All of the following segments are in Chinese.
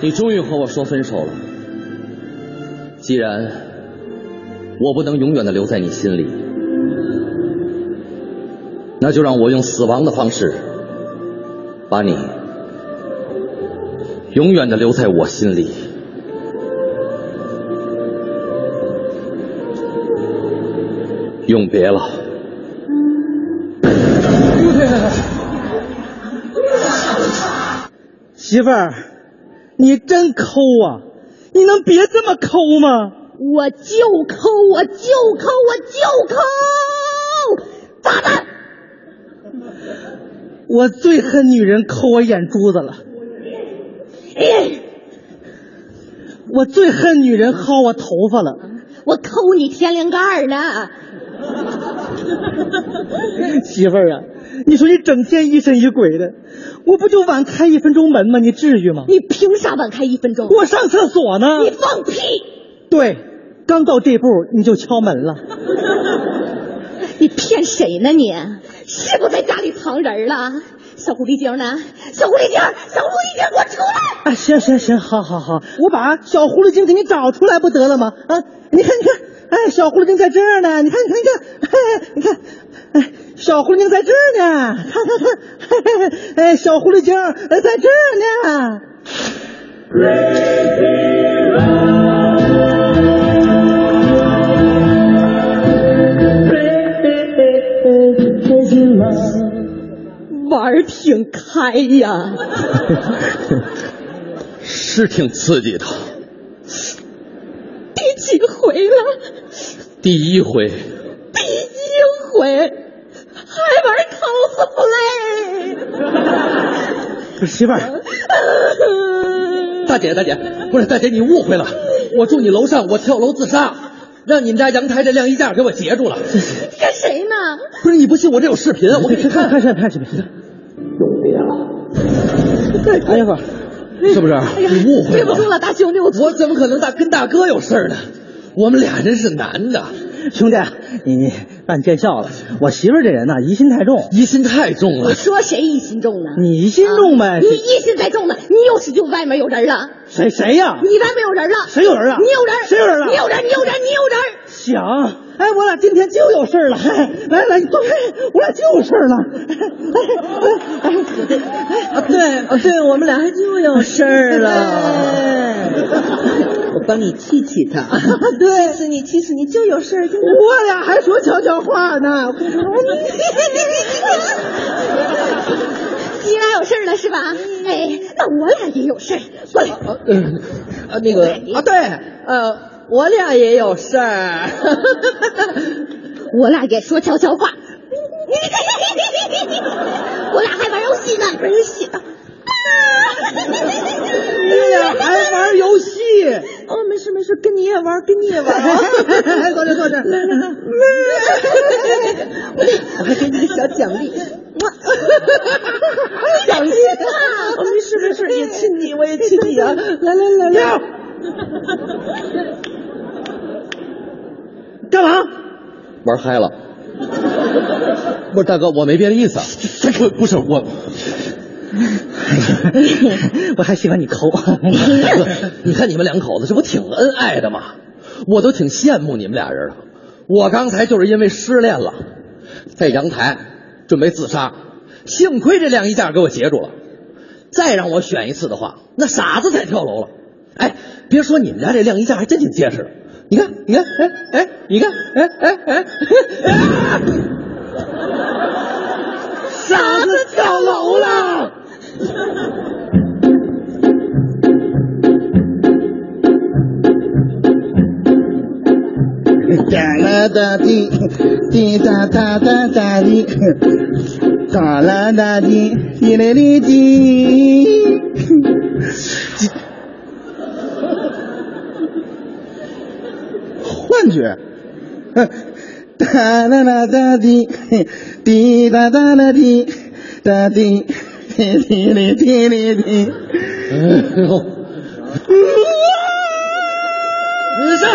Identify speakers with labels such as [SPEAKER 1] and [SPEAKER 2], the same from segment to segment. [SPEAKER 1] 你终于和我说分手了。既然我不能永远的留在你心里，那就让我用死亡的方式把你永远的留在我心里。永别了，
[SPEAKER 2] 媳妇儿，你真抠啊！你能别这么抠吗？
[SPEAKER 3] 我就抠，我就抠，我就抠，炸弹！
[SPEAKER 2] 我最恨女人抠我眼珠子了，
[SPEAKER 3] 哎
[SPEAKER 2] 我最恨女人薅我头发了。
[SPEAKER 3] 我抠你天灵盖儿呢！
[SPEAKER 2] 媳妇儿啊，你说你整天疑神疑鬼的，我不就晚开一分钟门吗？你至于吗？
[SPEAKER 3] 你凭啥晚开一分钟？
[SPEAKER 2] 我上厕所呢。
[SPEAKER 3] 你放屁！
[SPEAKER 2] 对，刚到这步你就敲门了。
[SPEAKER 3] 你骗谁呢你？是不是在家里藏人了？小狐狸精呢？小狐狸精，小狐狸精，给我出来！
[SPEAKER 2] 啊，行行行，好好好，我把小狐狸精给你找出来不得了吗？啊，你看你看，哎，小狐狸精在这儿呢，你看你看你看，哎，你看，哎，小狐狸精在这儿呢，看看看，嘿嘿嘿，哎，小狐狸精哎在这儿呢。
[SPEAKER 3] 玩儿挺开呀！
[SPEAKER 1] 是挺刺激的。
[SPEAKER 3] 第几回了？
[SPEAKER 1] 第一回，
[SPEAKER 3] 第一回，还玩 cosplay？
[SPEAKER 2] 不是媳妇儿，
[SPEAKER 1] 大姐大姐，不是大姐，你误会了，我住你楼上，我跳楼自杀，让你们家阳台这晾衣架给我截住了。
[SPEAKER 3] 你跟谁呢？
[SPEAKER 1] 不是你不信，我这有视频，啊我给你
[SPEAKER 2] 看
[SPEAKER 1] 看，
[SPEAKER 2] 看看看什么？哎呀，
[SPEAKER 1] 是哎不是？啊
[SPEAKER 3] 呀
[SPEAKER 1] 你误会
[SPEAKER 3] 对不住
[SPEAKER 1] 了，
[SPEAKER 3] 了，大兄弟，我错
[SPEAKER 1] 我怎么可能大跟大哥有事儿呢？我们俩人是男的，
[SPEAKER 2] 兄弟，啊你你把你见笑了。我媳妇儿这人呐、疑心太重，
[SPEAKER 1] 疑心太重
[SPEAKER 3] 我
[SPEAKER 1] 了。
[SPEAKER 3] 说谁疑心重呢？
[SPEAKER 2] 啊
[SPEAKER 3] 啊
[SPEAKER 2] 你疑心重呗？
[SPEAKER 3] 你疑心太重了，你有时就外面有人了，
[SPEAKER 2] 谁谁呀、
[SPEAKER 3] 你外面有人了，
[SPEAKER 2] 谁有人啊
[SPEAKER 3] 你有人，
[SPEAKER 2] 谁有人了
[SPEAKER 3] 你有人，你有人，你有人，
[SPEAKER 2] 行，哎，我俩今天就有事儿了， 哎来来，你坐开，我俩就有事儿了。哎哎哎哎，对，哦对，我们俩还就有 事儿了。
[SPEAKER 4] 我帮你气气他。
[SPEAKER 2] 对，
[SPEAKER 4] 气死你，气死你，就有事儿就
[SPEAKER 2] 我俩还说悄悄话呢。我跟你说，
[SPEAKER 3] 你俩有事儿了是吧？哎，那我俩也有事儿，过来，
[SPEAKER 4] 啊那个啊对呃我俩也有事儿，
[SPEAKER 3] 我俩也说悄悄话， 我俩还玩游戏呢，玩游戏。
[SPEAKER 2] 你俩还玩游戏？
[SPEAKER 4] 哦没事没事，跟你也玩，跟你也玩啊，
[SPEAKER 2] 哎，过来过来，
[SPEAKER 4] 我还给你个小奖励。
[SPEAKER 3] 奖励
[SPEAKER 4] 哦，没事没事，也亲你，我也亲你啊！来来来来，
[SPEAKER 2] 干嘛？
[SPEAKER 1] 玩嗨了。不是大哥，我没别的意思啊，不不是我，
[SPEAKER 2] 我还喜欢你抠。
[SPEAKER 1] 大哥，你看你们两口子，这不挺恩爱的吗？我都挺羡慕 你们俩人了。我刚才就是因为失恋了，在阳台准备自杀，幸亏这晾衣架给我截住了。再让我选一次的话，那傻子才跳楼了。哎，别说你们家这晾衣架还真挺结实的，你看，你看，哎哎，你看，哎哎哎，
[SPEAKER 2] 傻子跳楼了。
[SPEAKER 5] 哒啦哒滴，滴哒哒哒哒滴，哒啦哒滴，滴嘞哩滴。幻觉。哒啦啦哒滴，滴哒哒啦滴，哒滴，滴滴哩滴哩滴。
[SPEAKER 1] 哎呦，没事，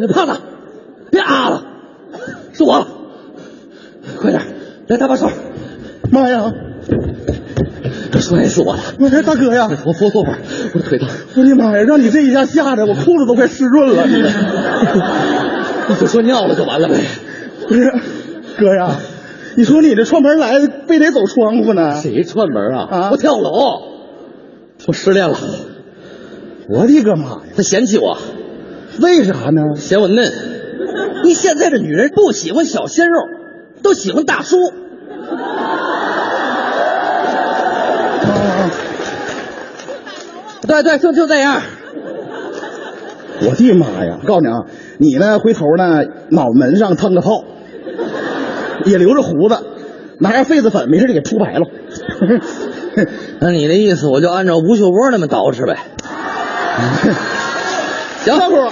[SPEAKER 1] 你胖子，别啊了，是我了，快点，来搭把手，
[SPEAKER 5] 妈呀！
[SPEAKER 1] 说也是我的，
[SPEAKER 5] 我是大哥呀！
[SPEAKER 1] 我扶坐会儿，我的腿疼，
[SPEAKER 5] 我的妈呀，让你这一下吓得我裤子都快湿润了。你这
[SPEAKER 1] 你就说尿了就完了呗。
[SPEAKER 5] 不是， 哥呀，你说你这串门来非得走窗户呢？
[SPEAKER 1] 谁串门啊？
[SPEAKER 5] 啊
[SPEAKER 1] 我跳楼，我失恋了，
[SPEAKER 5] 我的个妈呀，
[SPEAKER 1] 他嫌弃我，
[SPEAKER 5] 为啥呢？
[SPEAKER 1] 嫌我嫩。你现在这女人不喜欢小鲜肉，都喜欢大叔。 对对，就就这样。
[SPEAKER 5] 我的妈呀！告诉你啊，你呢回头呢脑门上烫个泡，也留着胡子，拿上痱子粉，没事就给铺白了。
[SPEAKER 1] 那你的意思，我就按照吴秀波那么捯饬呗？ 行，
[SPEAKER 5] 大伙，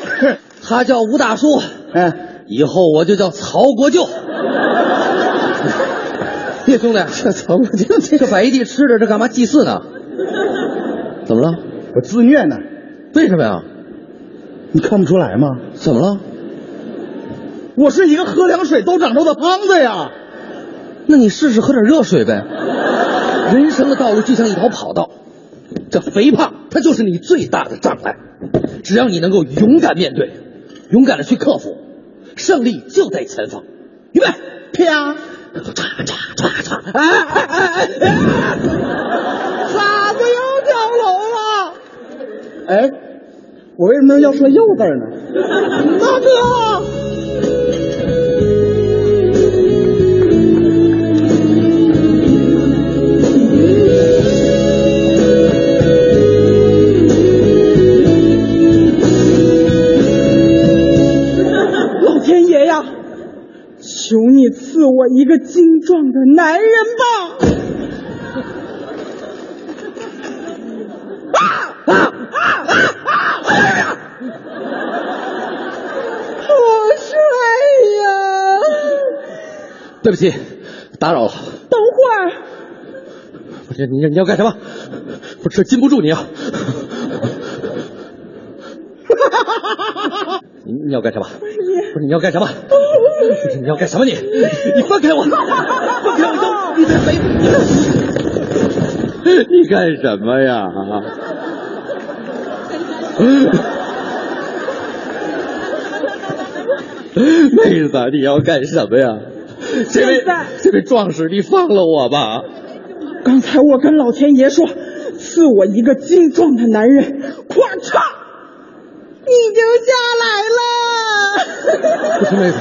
[SPEAKER 1] 他叫吴大 叔，啊
[SPEAKER 5] 哎，
[SPEAKER 1] 以后我就叫曹国舅。 这兄弟，
[SPEAKER 5] 这曹国舅这
[SPEAKER 1] 这摆一地吃的，这干嘛祭祀呢？怎么了？
[SPEAKER 5] 我自虐呢，
[SPEAKER 1] 为什么呀？
[SPEAKER 5] 你看不出来吗？
[SPEAKER 1] 怎么了？
[SPEAKER 5] 我是一个喝凉水都长痘的胖子呀！
[SPEAKER 1] 那你试试喝点热水呗。人生的道路就像一条跑道，这肥胖它就是你最大的障碍。只要你能够勇敢面对，勇敢的去克服，胜利就在前方。 预备，
[SPEAKER 5] 啪！
[SPEAKER 1] 唰唰唰唰！哎哎哎哎！
[SPEAKER 5] 傻子又跳楼了。哎，我为什么要说又字儿呢？大哥，
[SPEAKER 2] 老天爷呀，求你赐我一个精壮的男人吧！好帅呀！
[SPEAKER 1] 对不起，打扰了。
[SPEAKER 2] 等会儿，
[SPEAKER 1] 不是你你要干什么？不是禁不住你啊！你你要干什么？不是你要干什么？不是你要干什么你？你放开我！放开我！都你这贼！你干什么呀？妹子，你要干什么呀？这位
[SPEAKER 2] 现在
[SPEAKER 1] 这位壮士，你放了我吧！
[SPEAKER 2] 刚才我跟老天爷说，赐我一个精壮的男人，咵嚓，你就下来了。
[SPEAKER 1] 不是妹子，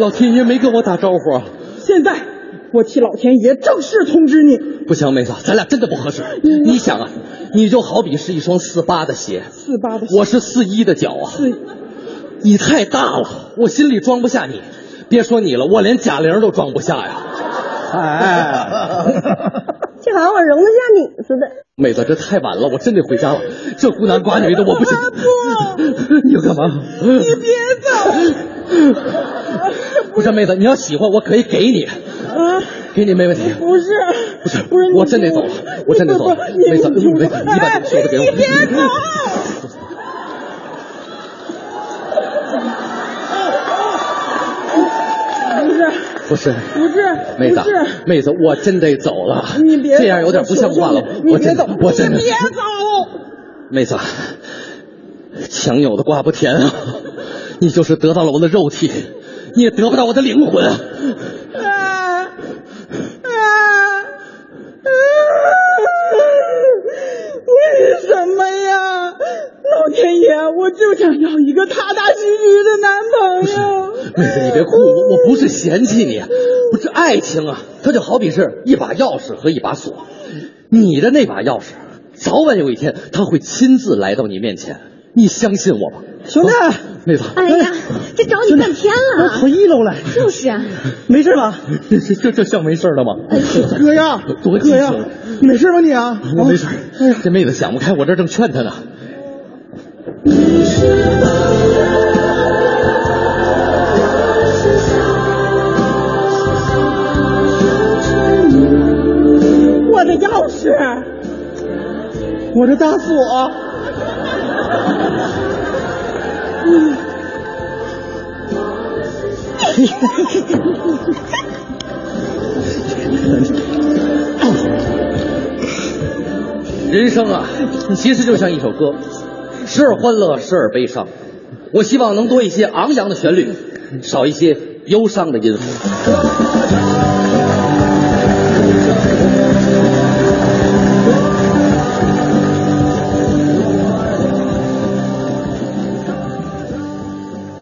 [SPEAKER 1] 老天爷没跟我打招呼啊！
[SPEAKER 2] 现在我替老天爷正式通知你，
[SPEAKER 1] 不行，妹子，咱俩真的不合适。
[SPEAKER 2] 嗯
[SPEAKER 1] 你想啊，你就好比是一双四八的鞋，
[SPEAKER 2] 四八的
[SPEAKER 1] 我是四一的脚啊。
[SPEAKER 2] 四
[SPEAKER 1] 你太大了，我心里装不下你。别说你了，我连贾玲都装不下呀。
[SPEAKER 5] 哎，
[SPEAKER 4] 这好像我容得下你似的。
[SPEAKER 1] 妹子，这太晚了，我真得回家了。这孤男寡女的，我不行。 你要干嘛？
[SPEAKER 2] 你别
[SPEAKER 1] 哎
[SPEAKER 2] 走，
[SPEAKER 1] 不是妹子，你要喜欢我可以给你，
[SPEAKER 2] 啊，
[SPEAKER 1] 给你没问题。
[SPEAKER 2] 不是，不
[SPEAKER 1] 是
[SPEAKER 2] 不是，
[SPEAKER 1] 我真得走了我真得走了
[SPEAKER 2] 你
[SPEAKER 1] 妹子
[SPEAKER 2] 你
[SPEAKER 1] 妹子你把这个靴子给我
[SPEAKER 2] 哎你别走。不是，
[SPEAKER 1] 不是，
[SPEAKER 2] 不是，
[SPEAKER 1] 妹子
[SPEAKER 2] 不是，，
[SPEAKER 1] 妹子，我真得走了。
[SPEAKER 2] 你别走
[SPEAKER 1] 这样有点不像话了。
[SPEAKER 2] 你
[SPEAKER 1] 我
[SPEAKER 2] 别
[SPEAKER 1] 真
[SPEAKER 2] 走
[SPEAKER 1] 的，，我真的
[SPEAKER 2] 你别走。
[SPEAKER 1] 妹子，强扭的瓜不甜啊！你就是得到了我的肉体，你也得不到我的灵魂啊！
[SPEAKER 2] 啊啊！为什么呀？老天爷，我就想要一个踏踏实实的男朋友。
[SPEAKER 1] 妹子，
[SPEAKER 5] 呃
[SPEAKER 1] 你别哭，我我不是嫌弃你，啊不是爱情啊，它就好比是一把钥匙和一把锁，你的那把钥匙，早晚有一天他会亲自来到你面前，你相信我吧，
[SPEAKER 5] 兄弟，
[SPEAKER 1] 啊妹子，
[SPEAKER 3] 哎呀，这找你半天
[SPEAKER 5] 我腿
[SPEAKER 3] 了，
[SPEAKER 5] 一搂了，
[SPEAKER 3] 就是啊，
[SPEAKER 5] 没事吧？
[SPEAKER 1] 这这这这像没事了吗？
[SPEAKER 3] 哎呦
[SPEAKER 5] 哥哎呀，
[SPEAKER 1] 多
[SPEAKER 5] 哥呀
[SPEAKER 1] 激情，
[SPEAKER 5] 你没事吧你啊？
[SPEAKER 1] 我没事儿，
[SPEAKER 2] 哎
[SPEAKER 1] 这妹子想不开，我这正劝她呢。
[SPEAKER 2] 我的钥匙，
[SPEAKER 5] 我这大锁，
[SPEAKER 1] 人生啊，其实就像一首歌，时而欢乐，时而悲伤。我希望能多一些昂扬的旋律，少一些忧伤的音符。